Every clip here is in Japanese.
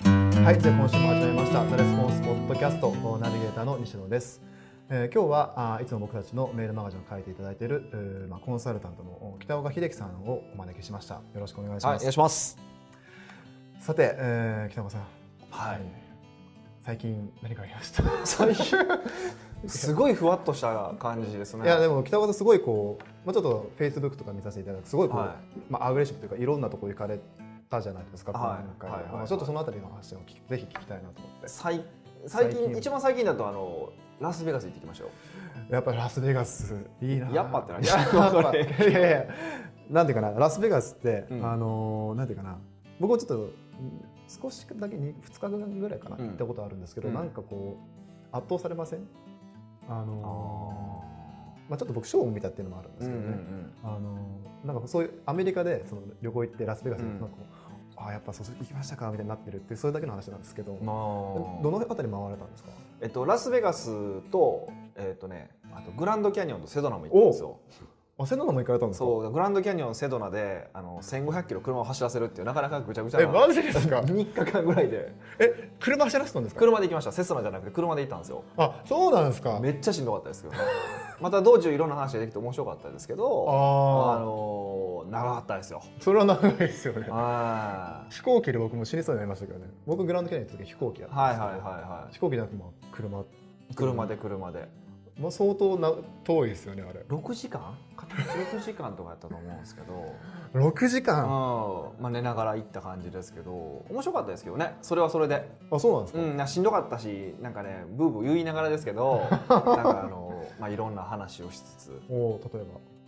で今週も始まりましたザレスポンスポッドキャストナビゲーターの西野です、えー、今日はあいつも僕たちのメールマガジンを書いていただいている、えー、まあコンサルタントの北岡秀樹さんをお招きしましたよろしくお願いします、はい、お願いしますさて、えー、北岡さんはい、最近何かありました 最近すごいふわっとした感じですね。いやでも北岡さんすごいこう、まあ、ちょっとフェイスブックとか見させていただくすごいこう、はい、まあ、アグレッシブというかいろんなところ行かれたじゃないですか、はい、今回、はいはい、ちょっとそのあたりの話をぜひ聞きたいなと思って最最近一番最近だとあのラスベガス行ってきましたよやっぱりラスベガスいいなやっぱって何やい やいやなんていうかなラスベガスって、うん、あのなんていうかな僕もちょっと少しだけ 2, 2日ぐらいかな、うん、行ったことあるんですけど、うん、なんかこう圧倒されませんあのー、まあ、ちょっと僕賞を見たっていうのもあるんですけどね、うんうんうん、あのー、なんかそういうアメリカでその旅行行ってラスベガスでなんか、うん、ああやっぱそ行きましたかみたいになってるってそれだけの話なんですけど、まあ、どの辺り回られたんですか、えっと、ラスベガスと,、えっとね、あとグランドキャニオンとセドナも行ったんですよ。あセドナも行かれたんですそうグランドキャニオンセドナであの1500キロ車を走らせるっていうなかなかぐちゃぐちゃえマジです か3日間ぐらいでえ車走らせたんですか車で行きましたセスナじゃなくて車で行ったんですよあそうなんですかめっちゃしんどかったですけど、ね、 また道中いろんな話ができて面白かったですけどあの長かったですよそれは長いですよね飛行機で僕も死にそうになりましたけどね僕グランドキャニオンの時飛行機やったんですけど、はいはいはいはい、飛行機じゃなくて車車で車でまあ、相当な遠いですよねあれ6時間片道6時間とかやったと思うんですけど6時間まあ、寝ながら行った感じですけど面白かったですけどねそれはそれであそうなんですか、うん、しんどかったしなんかねブーブー言いながらですけど なんかあの、まあ、いろんな話をしつつお例え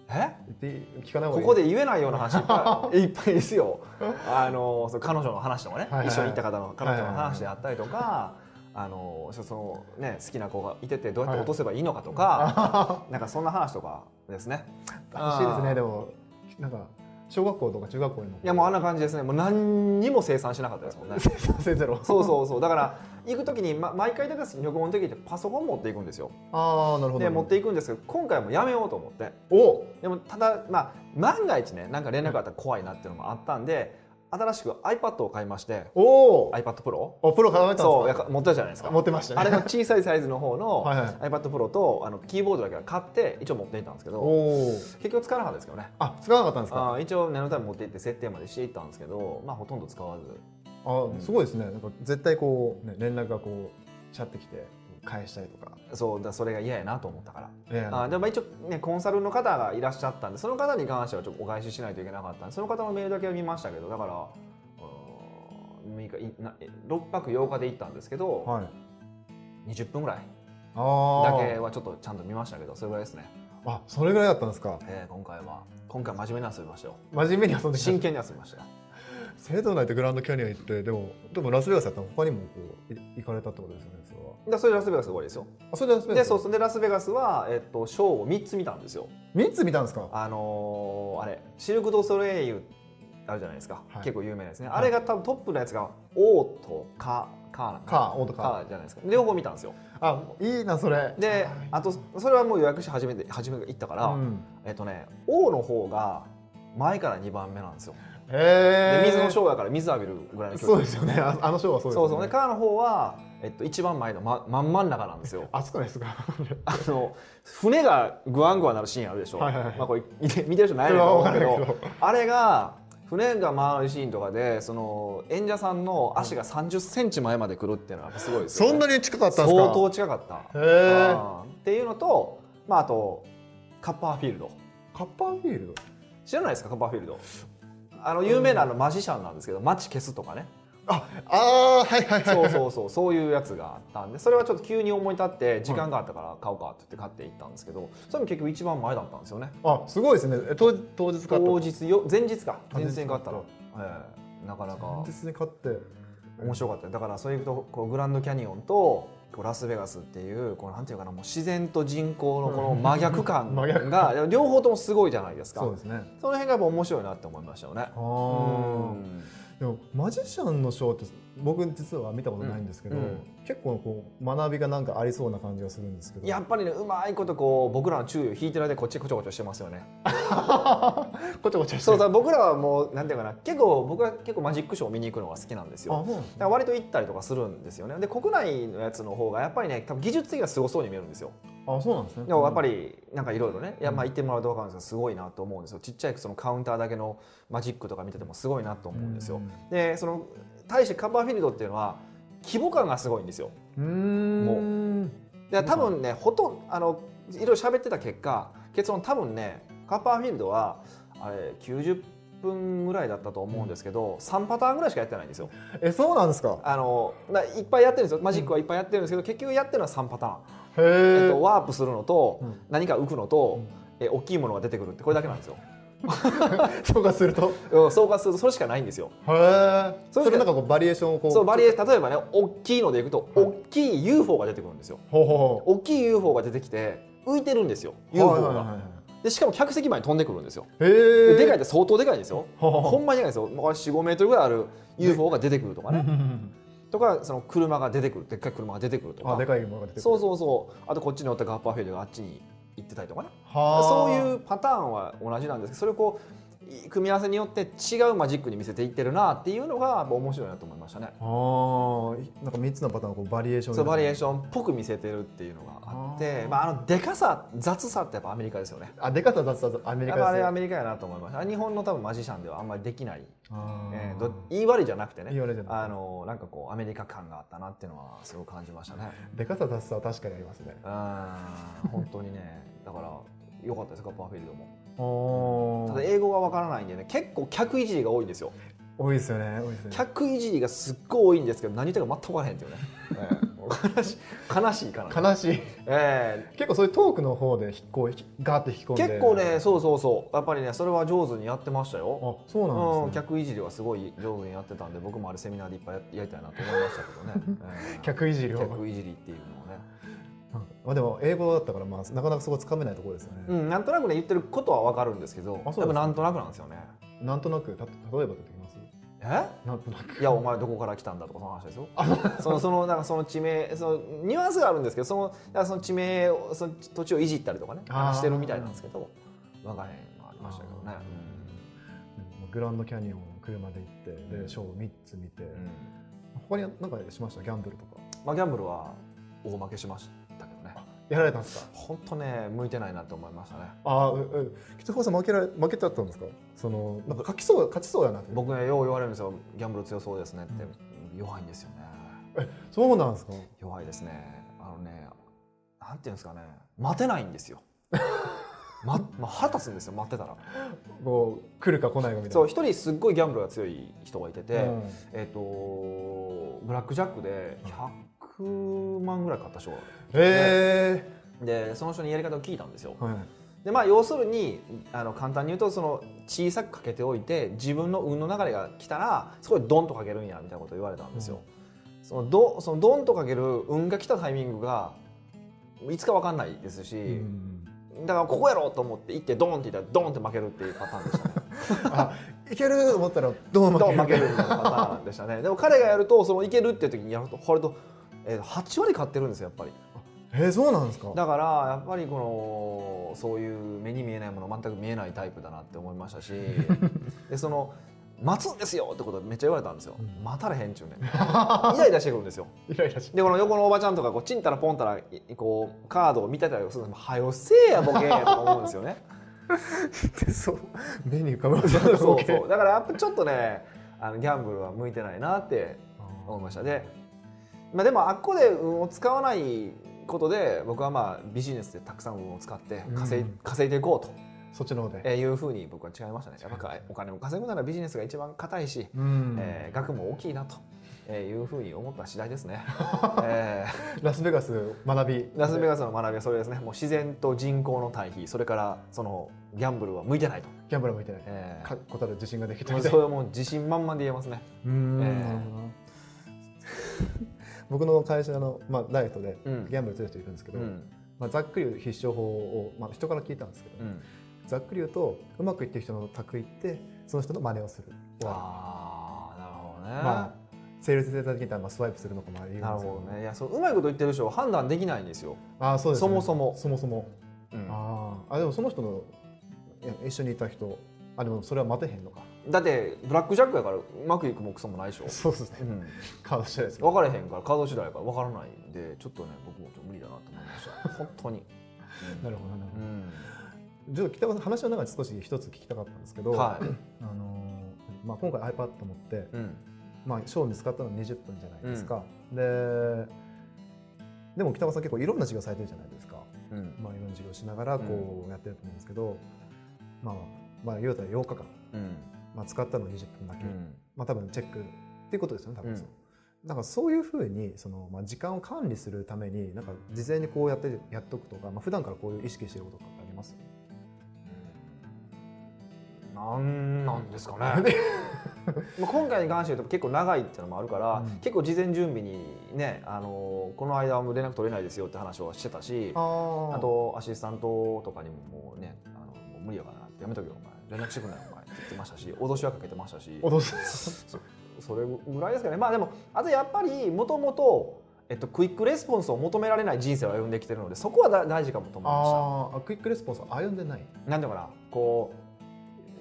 ばえ聞かないここで言えないような話いっぱ いいっぱいですよあのそ彼女の話とかね、はいはいはい、一緒に行った方の彼女の話であったりとか、はいはいはいあのそのね好きな子がいててどうやって落とせばいいのかと か、はい、なんかそんな話とかですね。楽しいですねでもなんか小学校とか中学校にもいやもうあんな感じですねもう何にも生産しなかったですもんね そうそうそうだから行く時に、ま、毎回出た旅行の時ってパソコン持っていくんですよああなるほどで持っていくんですけど今回もやめようと思っておでもただまあ万が一ねなんか連絡あったら怖いなっていうのもあったんで、新しく iPad を買いまして、お iPad Pro? お、プロ買われたんですかそう、持ったじゃないですか。持ってました、ね、あれの小さいサイズの方のはい、iPad Pro とあのキーボードだけは買って、一応持っていったんですけど、結局使わなかったですけどね。あ、使わなかったんですか一応念のため持っていって設定までしていったんですけど、まあほとんど使わず。あ、うん、すごいですね。なんか絶対こう、ね、連絡がこう、ちゃってきて。返したりとかそうだそれが嫌やなと思ったからあでも一応、ね、コンサルの方がいらっしゃったんでその方に関してはちょっとお返ししないといけなかったんでその方のメールだけは見ましたけどだから6泊8日で行ったんですけど、はい、20分ぐらいだけはちょっとちゃんと見ましたけどそれぐらいですねあそれぐらいだったんですか、えー、今回は今回真面目に遊びましたよ真面目に遊んで真剣に遊びましたよセドナイとグランドキャニオン行ってでもでもラスベガスやったら他にもこう行かれたってことですよねそれはそれでラスベガス終わりですよあそれでラスベガスでそうでラスベガスは、えっと、ショーを3つ見たんですよ3つ見たんですかあのー、あれシルク・ド・ソレイユあるじゃないですか、はい、結構有名ですね、はい、あれが多分トップのやつが「オートカ」かかオートかじゃないですか両方見たんですよあいいなそれであとそれはもう予約して初めて初めて行ったから、うん、えっとね「O」の方が前から2番目なんですよで水のショーやから水浴びるぐらいの距そ離うですよねあのショーはそうですよねそうそうで川の方は、えっと、一番前の、ま、真ん真ん中なんです よ暑くないですかあの船がグワングワンなるシーンあるでしょ、はいはいはい、まあ、これ見てる人ないと思うけどあれが船が回るシーンとかでその演者さんの足が3 0ンチ前まで来るっていうのはすごいですよ、ね、そんなに近かったんですか相当近かったっていうのと、まあ、あとカッパーフィールドカッパーフィールド知らないですかカッパーフィールドあの有名なあのマジシャンなんですけど、街消すとかね。。あ、あはいはいはいそうそうそう、そういうやつがあったんで、それはちょっと急に思い立って、時間があったから買おうかって言って買っていったんですけど、それも結局一番前だったんですよね。あ、すごいですね。当当日買った当日よ、前日か。前日に買ったら。えー、なかなか。前日に買って。面白かっただからそういうとこうグランドキャニオンとこうラスベガスっていうこうなんていうかなもう自然と人口のこの真逆感が両方ともすごいじゃないですかそうです、ね、その辺がやっぱ面白いなって思いましたよね。うんでもマジシャンのショーって僕実は見たことないんですけど、うんうん結構こう学びがなんかありそうな感じがするんですけどやっぱりねうまいことこう僕らの注意を引いてる間にこっちこちょこちょしてますよねこちょこちょしてそるうだ僕らはもうなんていうかな結構僕は結構マジックショーを見に行くのが好きなんですよあそうなんですだから割と行ったりとかするんですよねで国内のやつの方がやっぱりね多分技術的にはすごそうに見えるんですよあそうなんですねでもやっぱりなんかいろいろねいやまあ言ってもらうと分かるんですけどすごいなと思うんですよちっちゃいそのカウンターだけのマジックとか見ててもすごいなと思うんですよでその対してカバーフィールドっていうのは規模感がすごいんですようーんもうで多分ねほとんどあのいろいろ喋ってた結果結論多分ねカッパーフィールドはあれ90分ぐらいだったと思うんですけど、3パターンぐらいしかやってないんですよえそうなんですかあのないっぱいやってるんですよマジックはいっぱいやってるんですけど、結局やってるのは3パターン、へええっと、ワープするのと、うん何か浮くのと、え大きいものが出てくるってこれだけなんですよ、評価するとうん、総括するとそれしかないんですよへえそそれれなんかこうバリエーションをこうそうバリエ例えばね大きいのでいくと大きい UFO が出てくるんですよほうほうほ大きい UFO が出てきて浮いてるんですよう UFO はが、いはいはいはいでしかも客席前に飛んでくるんですよへえででかいって相当でかいんですよ。ほうほうほうほんまにでかいんですよ。まあ45メートルぐらいある UFO が出てくるとかうんね。うんうんとかその車が出てくるでっかい車が出てくるとあかで。かいものが出てくるそうそうそう。あとこっちに乗ったガッパーフェイルがあっちに行ってたりとかね。はあそういうパターンは同じなんですけど、それをこうい組み合わせによって違うマジックに見せていってるなっていうのがやっぱ面白いなと思いましたね。ああ、なんか三つのパターンをこうバリエーションそうバリエーョションっぽく見せてるっていうのがあってあ、ーまああのでかさ雑さってやっぱアメリカですよね。ン。あ、でかさ雑さ雑アメリやカっぱあれアですね。メリカやなと思いました。日本の多分マジシャンではあんまりできない。あえー、ーど言い悪いじゃなくてね言い悪いじゃなくてあのなんかこうアメリカ感があったなっていうのはすごく感じましたねでかさ雑さは確かにありますね。うん本当にねだから良かったですかパーフィールドもたおだ英語がわからないんでね結構客いじりが多いんですよ多いですよね。多いですね。客いじりがすっごい多いんですけど何言ってるか全く分からへんって いうね、えー悲しい悲しいかな悲しい。え結構そういうトークの方で引っこうガーって引き込ーんで。結構ね。そうそうそうやっぱりねそれは上手にやってましたよあ、そうなうんん、ですね。客いじりはすごい上手にやってたんで僕もあれセミナーでいっぱいやりたいなと思いましたけどね、 えー客いじりを。客いじりっていうのをね、うんまあでも英語だったからまあなかなかそこつかめないところですようね。ん、なんとなくね言ってることはわかるんですけあどそうですやっぱなんとなくなんですよねなんとなくた例えば出てきます。えなんとなく。いやお前どこから来たんだとかその話ですよそのそのなんかその地名そのニュアンスがあるんですけどそのなんかその地名をその土地をいじったりとかねあー話してるみたいなんですけどわかへんのありましたけどねあーうんグランドキャニオンを車で行ってでショーを三つ見て、うん、他になんかしましたギャンブルとか。まあギャンブルは大負けしましたけどねやられたんですか。本当ね向いてないなと思いましたねああ、え、北川さん負けられ、負けちゃったんですか。その、なんか勝きそう、勝ちそうやなって。僕ねよう言われるんですよギャンブル強そうですねって、弱いんですよねそうなんですか。弱いですねあのねなんていうんですかね待てないんです よま、ま腹立つんですよ待ってたらこう、来るか来ないかみたいな。そう一人すっごいギャンブルが強い人がいてて、うんえっ、とブラックジャックで100万ぐらい買った人がへえ。でその人にやり方を聞いたんですよはい。でまあ要するにあの簡単に言うとその小さくかけておいて自分の運の流れが来たらそこでドンとかけるんやみたいなことを言われたんですよ、そのどそのドンとかける運が来たタイミングがいつか分かんないですし、うんだからここやろうと思って行ってドンって言ったらドンって負けるっていうパターンでしたねあ、いけると思ったら、どうもド負ンけ負ける。るみたいなパターンでしたねでも彼がやるとそのいけるっていう時にやるとこれと、えー8割勝ってるんですよやっぱりへえ、そうなんですか。だからやっぱりこのそういう目に見えないもの全く見えないタイプだなって思いましたしでその待つんですよってことをめっちゃ言われたんですよ、うん待たれへんっちゅうねイライラしてくるんですよイライラし。でこの横のおばちゃんとかこうチンタラポンタラいこうカードを見てたりするんですよ「はよせえやボケ」とか思うんですよねそう。目に浮かぶ。そうそ OK うだからやっぱちょっとねあのギャンブルは向いてないなって思いましたで、まあ、でもあっこで運を使わないことで僕はまあビジネスでたくさん運を使って稼い,、うん稼いでいこうそっちの方とで。いうふうに僕は違いましたねやっぱかお金を稼ぐならビジネスが一番硬いし、うんえー額も大きいなと。えーいうふうに思った次第ですね、 えラスベガス学び。ーラスベガスの学びはそれですねもう自然と人口の対比それからそのギャンブルは向いてないと、ギャンブルもいてない。えー確固たる自信ができたもうみたいそれはもう自信満々で言えますねうーんええなるほどな僕の会社の、まあ、ダイエットでうんギャンブル強い人いるんですけうど、んまあ、ざっくり言う必勝法を、まあ、人から聞いたんですけど、うんざっくり言うとうまくいってる人の宅行ってその人の真似をするああなるね、まあセールスデータ的にはまあスワイプするのかもありなるますけほどねいやそううまいこと言ってる人は判断できないんですよ、あーそうです、そね、もそも、そもそもうんあーあでもその人のいや一緒にいた人あでもそれは待てへんのかだってブラックジャックやからうまくいくもクソもないでしょ、そうですねうん、カード次第です分かれへんからカード次第やから分からないんでちょっとね僕もちょっと無理だなと思いま した本当に、なるほどなるほうどんちょっと北川さん話の中で少し一つ聞きたかったんですけど、はい、あのーまあ、今回 iPad 持って、うん、まあ、ショーに使ったのは20分じゃないですか、ででも北川さん結構いろんな授業されてるじゃないですか、うんまあ、いろんな授業しながらこうやってると思うんですけど、まあまあ言うたら8日間、うんまあ、使ったの20分だけ、うんまあ、多分チェックっていうことですよね多分そうう、なんかそういうふうにその、まあ、時間を管理するためになんか事前にこうやってやっとくとか、まあ普段からこういう意識してることとかってありますなんなんですか ねまあ今回に関して言うと結構長いっていうのもあるから、うん結構事前準備にねあのこの間はもう連絡取れないですよって話をしてたしああ あととアシスタントとかにももうねあのもう無理やからなってやめとけよお前連絡してくんないお前って言ってましたし脅しはかけてましたし脅すそれぐらいですかねまあでもあとやっぱりもともとえっと、クイックレスポンスを求められない人生を歩んできてるのでそこはだ大事かもと思いました。あーあクイックレスポンスは歩んでないなんていうのかなこう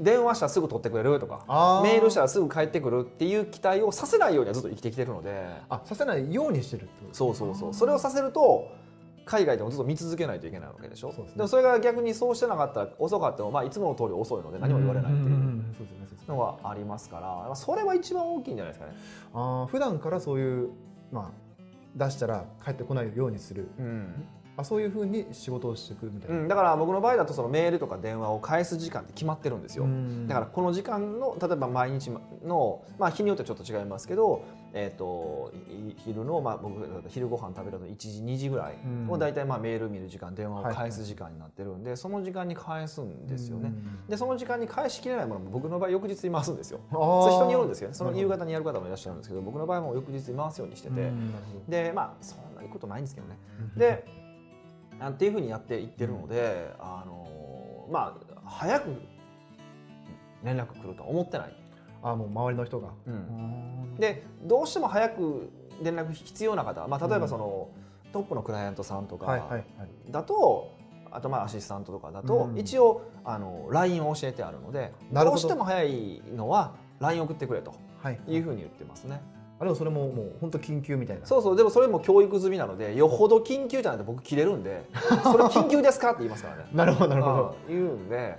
電話したらすぐ取ってくれるとかあーメールしたらすぐ帰ってくるっていう期待をさせないようにはずっと生きてきてるのであさせないようにしてるってことですそうそうそうそれをさせると海外でもずっと見続けないといけないわけでしょそうですねでもそれが逆にそうしてなかったら遅かったも、まあ、いつもの通り遅いので何も言われないっていんんうんんそうですよねそうですよねのがありますからまあそれは一番大きいんじゃないですかね。ああ普段からそういうまあ出したら帰ってこないようにするうんあそういうふうに仕事をしていくみたいな、うん、だから僕の場合だとそのメールとか電話を返す時間って決まってるんですよ、うんだからこの時間の例えば毎日の、まあ、日によってはちょっと違いますけど、えー、といい昼の、まあ、僕だと昼ご飯食べると1時2時ぐらいうんを大体まあメール見る時間電話をはい返す時間になってるんで、その時間に返すんですようね。んでその時間に返しきれないものも僕の場合翌日に回すんですよ。あーそれ人によるんですよね。その夕なる方にやる方もいらっしゃるんですけど僕の場合はもう翌日に回すようにしてほどて、うんなるほどでまあそんなにことないんですけどね。うんでなんていうふうにやっていってるので、あのまあ早く連絡来るとは思ってない、あもう周りの人が、あーでどうしても早く連絡必要な方、まあ、例えばその、トップのクライアントさんとはいはいはかいだと、あとまあアシスタントとかだと、うん一応あの LINE を教えてあるのでなるほどうしても早いのは LINE 送ってくれとはいいうふうに言ってますね。あでもそれももう本当緊急みたいなそうそうでもそれも教育済みなのでよほど緊急じゃないと僕切れる んで「それ緊急ですか?」って言いますからね。なるほどなるほあど言うんで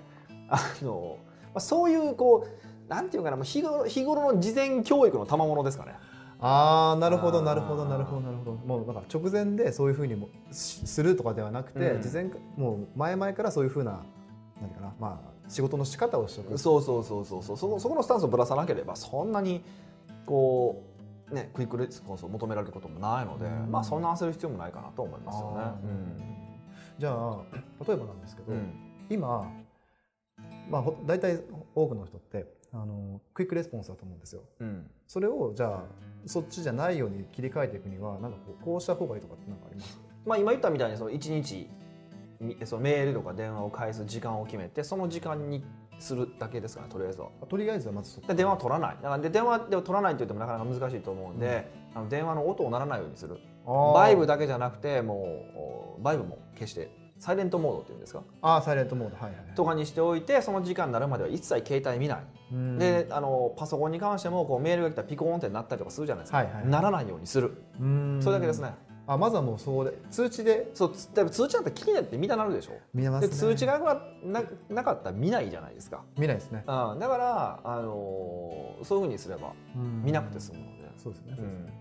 あの、まあ、そういうこうなんていうかなもう日頃日頃の事前教育の賜物ですかね。ああなるほどあーなるほどなるほどなるほどもうなんか直前でそういうふうにもしするとかではなくて、うん事前もう前々からそういうふうな何かなまあ仕事の仕方をしておくそうそうそうそうそうそこそこのスタンスをぶらさなければそんなにこうねクイックレスポンスを求められることもないので、うんまあそんな焦る必要もないかなと思いますよねあー。じゃあ例えばなんですけど、うんうん今、まあ、ほ大体多くの人ってあのクイックレスポンスだと思うんですようんそれをじゃあそっちじゃないように切り替えていくにはなんかこうこうした方がいいとかってなんかありますまあ今言ったみたいにその一日みそのメールとか電話を返す時間を決めてその時間にするだけですかねとりあえずは。あとりあえずはまずそこで電話を取らないだからで電話でも取らないって言ってもなかなか難しいと思うんで、あの電話の音を鳴らないようにするバイブだだけじゃなくてもうおバイブも消してサイレントモードっていうんですかあーサイレントモードはいはいはいとかにしておいてその時間になるまでは一切携帯見ない、うんであのパソコンに関してもこうメールが来たらピコーンってなったりとかするじゃないですか、はいはいならないようにするうんそれだけですね、あまずはもうそうで通知でそうつだから通知なんて気になって見たなるでしょ見れます、ね、で通知がななかったら見ないじゃないですか、見ないですね、うん、だから、あのーそういうふうにすれば見なくて済むので、そうですね、そううんですね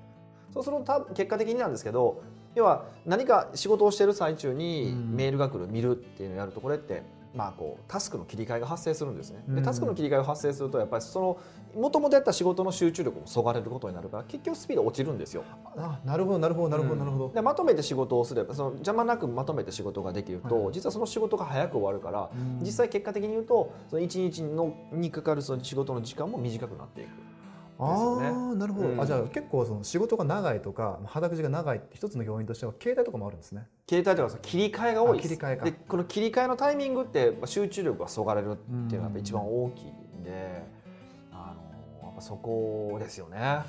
そうするとた結果的になんですけど要は何か仕事をしている最中にうんメールが来る見るっていうのをやるとこれって、まあ、こうタスクの切り替えが発生するんですねうでんタスクの切り替えが発生するとやっぱりそのもともとやった仕事の集中力もそがれることになるから結局スピード落ちるんですよあなるほどなるほどなるほど、なるほどでまとめて仕事をすればその邪魔なくまとめて仕事ができると、はいはい実はその仕事が早く終わるから、うん実際結果的に言うとその1日のにかかるその仕事の時間も短くなっていく。ですよねああなるほど、うんあじゃあ結構その仕事が長いとか肌口が長いって一つの要因としては携帯とかもあるんですね携帯とかその切り替えが多いですあ切り替えかでこの切り替えのタイミングってやっぱ集中力がそがれるっていうのがやっぱ一番大きいんで、あのやっそこですよね。あ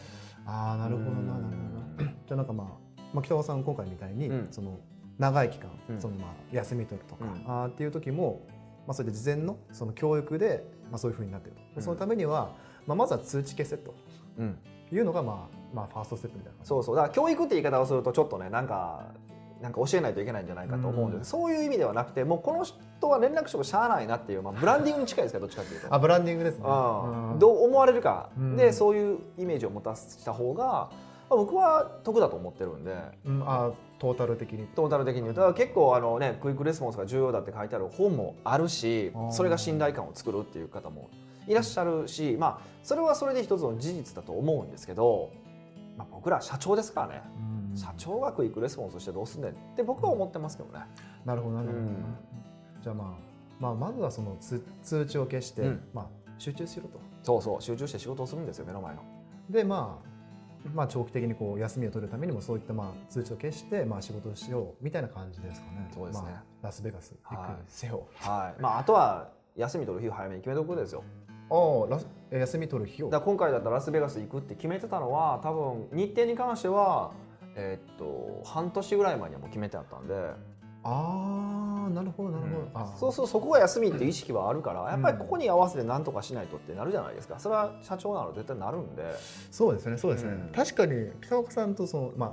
あなるほどななるほどな。じゃあなんかまあ、まあ、北尾さん今回みたいに、うんその長い期間、うんそのまあ休み取るとか、うんあーっていう時も、まあ、そういった事前のその教育で、まあ、そういうふうになってると、うんそのためには、まあ、まずは通知消せとうん、いうのが、まあ、まあファーストステップみたいなそうそうだから教育って言い方をするとちょっとねなんかなんか教えないといけないんじゃないかと思うんですけど、そういう意味ではなくてもうこの人は連絡職しゃあないなっていう、まあ、ブランディングに近いですけどどっちかっていうと。あブランディングですね、うんうんどう思われるか、うんでそういうイメージを持たせた方がまあ僕は得だと思ってるんでうんあートータル的にトータル的に言うとだから結構あの、ね、クイックレスポンスが重要だって書いてある本もあるしあーそれが信頼感を作るっていう方もいらっしゃるし、まあ、それはそれで一つの事実だと思うんですけど、まあ、僕ら社長ですからね。うん社長がクイックレスポンスしてどうすんねんって僕は思ってますけどね。なるほどなるほど、うんじゃあまあ、まあ、まずはその通通知を消して、うんまあ、集中しろとそうそう集中して仕事をするんですよ目の前の。でまあまあ長期的にこう休みを取るためにもそういったまあ通知を消してまあ仕事をしようみたいな感じですかね。そうですねまあラスベガス行くはいせよ。はい。まああとは休み取る日を早めに決めておくことですよ。ああラスえ休み取る日を。だから今回だったらラスベガス行くって決めてたのは多分日程に関しては、えーっと半年ぐらい前にはもう決めてあったんで、ああなるほどなるほど。うんああそうそうそこが休みっていう意識はあるから、やっぱりここに合わせて何とかしないとってなるじゃないですかそれは社長なら絶対なるんで、そうですねそうですね。うん確かに北岡さんとそのまあ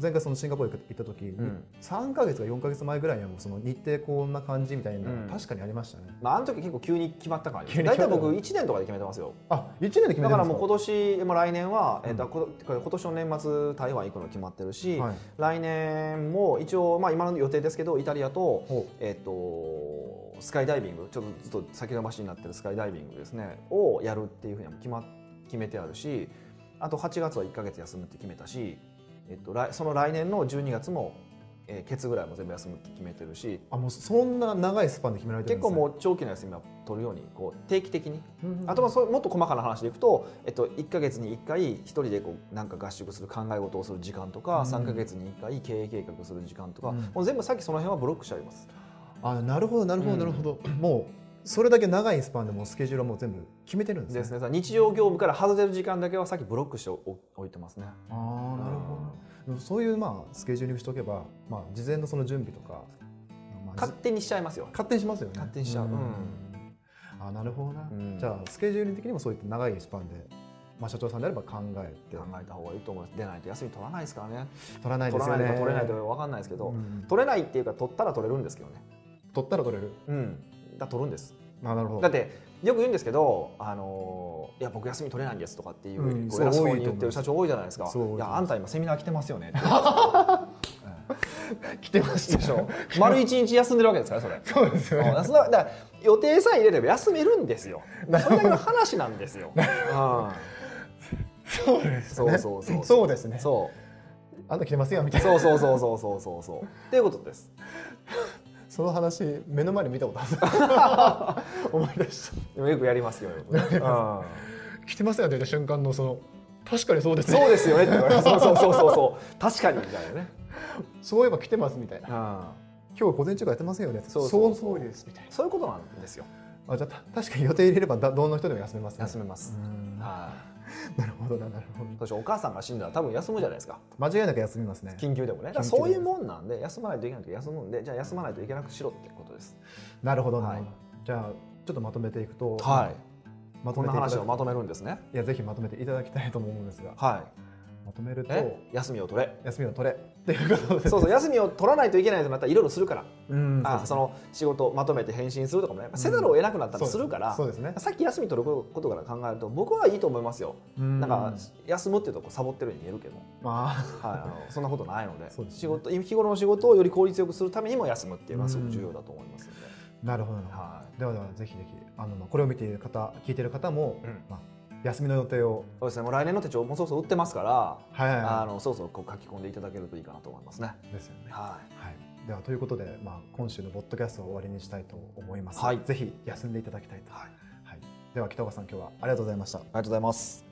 前回そのシンガポール行った時に、うん3か月か4か月前ぐらいにはもうその日程こんな感じみたいな、うん確かにありましたね。まあ、あの時結構急に決まった感じ急に大決ま体った僕1年とかで決めてますよあ1年で決めてだからもうこ今年もう来年は、うんえーっとこ今年の年末台湾行くの決まってるし、はい。来年も一応、まあ、今の予定ですけどイタリアとほえっとスカイダイビングちょっとずっと先延ばしになってるスカイダイビングですねをやるっていうふうには決,、ま、決めてあるしあと8月は1か月休むって決めたし、えっと、来その来年の12月も、えー、ケツぐらいも全部休むって決めてるしあもうそんな長いスパンで決められてる結んです、構ね、もう長期の休みは取るようにこう定期的にうんうんあとはそうもっと細かな話でいくと、えっと、1か月に1回一人でこうなんか合宿する考え事をする時間とうか、ん三3か月に1回経営計画する時間とか、うんもう全部さっきその辺はブロックしてあります。あなるほどなるほうどんなるほど、もうそれだけ長いスパンでもうスケジュールはもう全部決めてるんですねですね、日常業務から外れる時間だけはさっきブロックしておおいてますね。ああなるほどでもそういうまあスケジューリングしとけば、まあ、事前のその準備とか、まあ勝手にしちゃいますよ。勝手にしますよね勝手にしちゃううんあなるほどな、うんじゃあスケジュール的にもそういった長いスパンで、まあ、社長さんであれば考えて考えた方がいいと思います。出ないと休み取らないですからね。取らないで取すらよなねいとか取れないとか分かんないですけど、うん取れないっていうか取ったら取れるんですけどね。取ったら取れるうん、だ取るんです。あなるほどだってよく言うんですけど、あのーいや僕休み取れないんですとかっていう、うんこう偉そうにそう多いと思います言ってる社長多いじゃないですか。そう多いと思いますやあんた今セミナー来てますよねって。 来てましで しょ。丸一日休んでるわけですからそれ。そうですよねうんそんなだから予定さえ入れれば休めるんですよ。それだけの話なんですよ。うんそうですそうそうそうそうですねそあんた来てますよみたういなそうそうそうそうそうそうそうっていうことです。その話目の前で見たことある 思い出したでもよくやりますよ。うん来てますよって言った瞬間のその確かにそうですねそうですよねって言われる。そうそうそうそうそう。確かにみたいなね。そういえば来てますみたいなうん今日午前中からやってますよねそうそうそうですみたいそういうことなんですよ。なあじゃあた確かに予定入れればだどんな人でも休めますね休めますう。んなはい。るほどななるほどそしてお母さんが死んだら多分休むじゃないですか。間違いなく休みますね緊急でもね。だからそういうもんなんで休まないといけないと休むんで、じゃあ休まないといけなくしろってことです。なるほど、はいなるほどじゃあちょっとまとめていくと、はい。まとこんめなていただき話をまとめるんですね。いやぜひまとめていただきたいと思うんですがはい。まとめるとえ休みを取れ。休みを取れっていうことでそうそう休みを取らないといけないとなったらいろいろするから、 うんあその仕事をまとめて返信するとかもねせざるを得なくなったりするから、そうですねさっき休み取ることから考えると僕はいいと思いますよ、ななんか休むっていうとこサボってるように見えるけど、まあ はい、あのそんなことないのでそうですね仕事日頃の仕事をより効率よくするためにも休むっていうのはすごうくん重要だと思いますので、なるほどなるほどはい、ではではぜひぜひあのまあこれを見ている方聞いている方も、うんまあ、休みの予定をそうですねもう来年の手帳もそろそろ売ってますから、はいはいあはのそろそろこう書き込んでいただけるといいかなと思いますね。いですよね。ははい、ではということで、まあ、今週のボッドキャストを終わりにしたいと思います、はいぜひ休んでいただきたいと、い、はい、ありはい、では北岡さん今日はありがとうございましたがとうございます